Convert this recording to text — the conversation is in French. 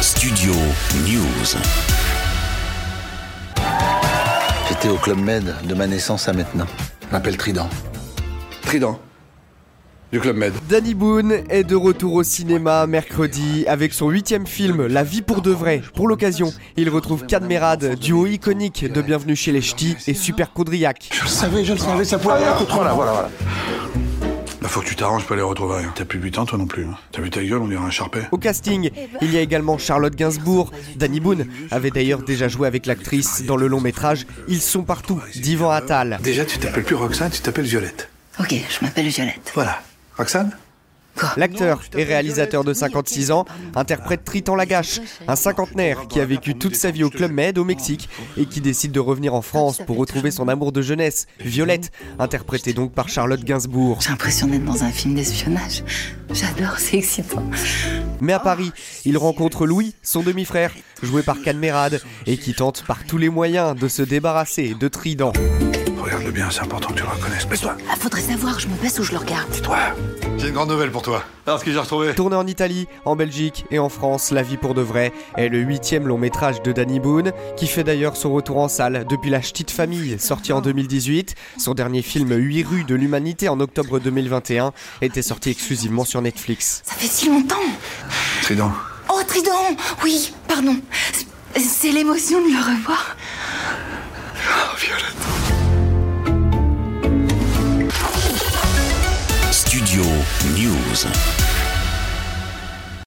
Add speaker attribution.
Speaker 1: Studio News.
Speaker 2: J'étais au Club Med de ma naissance à maintenant. Je m'appelle Trident.
Speaker 3: Trident. Du Club Med.
Speaker 4: Danny Boone est de retour au cinéma mercredi avec son huitième film La vie pour de vrai. Pour l'occasion, il retrouve Cadmerade, duo iconique de Bienvenue chez les Ch'tis et Super Caudrillac.
Speaker 5: Je le savais, je le savais, ça pouvait aller un peu trop là, voilà, voilà.
Speaker 3: Bah, faut que tu t'arranges pour les retrouver. T'as plus 8 ans, toi non plus. hein. T'as vu ta gueule, on dirait un charpé.
Speaker 4: Au casting, il y a également Charlotte Gainsbourg. Danny Boone avait d'ailleurs déjà joué avec l'actrice dans le long métrage Ils sont partout d'Ivan Attal.
Speaker 3: Déjà, tu t'appelles plus Roxane, tu t'appelles Violette.
Speaker 6: Ok, je m'appelle Violette.
Speaker 3: Voilà. Roxane
Speaker 4: L'acteur et réalisateur de 56 ans interprète Triton Lagache, un cinquantenaire qui a vécu toute sa vie au Club Med au Mexique et qui décide de revenir en France pour retrouver son amour de jeunesse, Violette, interprétée donc par Charlotte Gainsbourg.
Speaker 6: J'ai l'impression d'être dans un film d'espionnage. J'adore, c'est excitant.
Speaker 4: Mais à Paris, il rencontre Louis, son demi-frère, joué par Canmerade, et qui tente par tous les moyens de se débarrasser de Trident.
Speaker 3: Regarde-le bien, c'est important que tu le reconnaisses. Baisse-toi.
Speaker 6: Ah, faudrait savoir, je me baisse ou je le regarde.
Speaker 3: Toi. J'ai une grande nouvelle pour toi. Alors, ce que j'ai retrouvé.
Speaker 4: Tourné en Italie, en Belgique et en France, La vie pour de vrai est le huitième long métrage de Danny Boone, qui fait d'ailleurs son retour en salle depuis La Ch'tite Famille, sorti en 2018. Son dernier film 8 rues de l'humanité en octobre 2021 était sorti exclusivement sur Netflix.
Speaker 6: Ça fait si longtemps.
Speaker 3: Trident.
Speaker 6: Oh, Trident Oui, pardon. C'est l'émotion de le revoir.
Speaker 3: Oh, Violette.
Speaker 1: Studio News.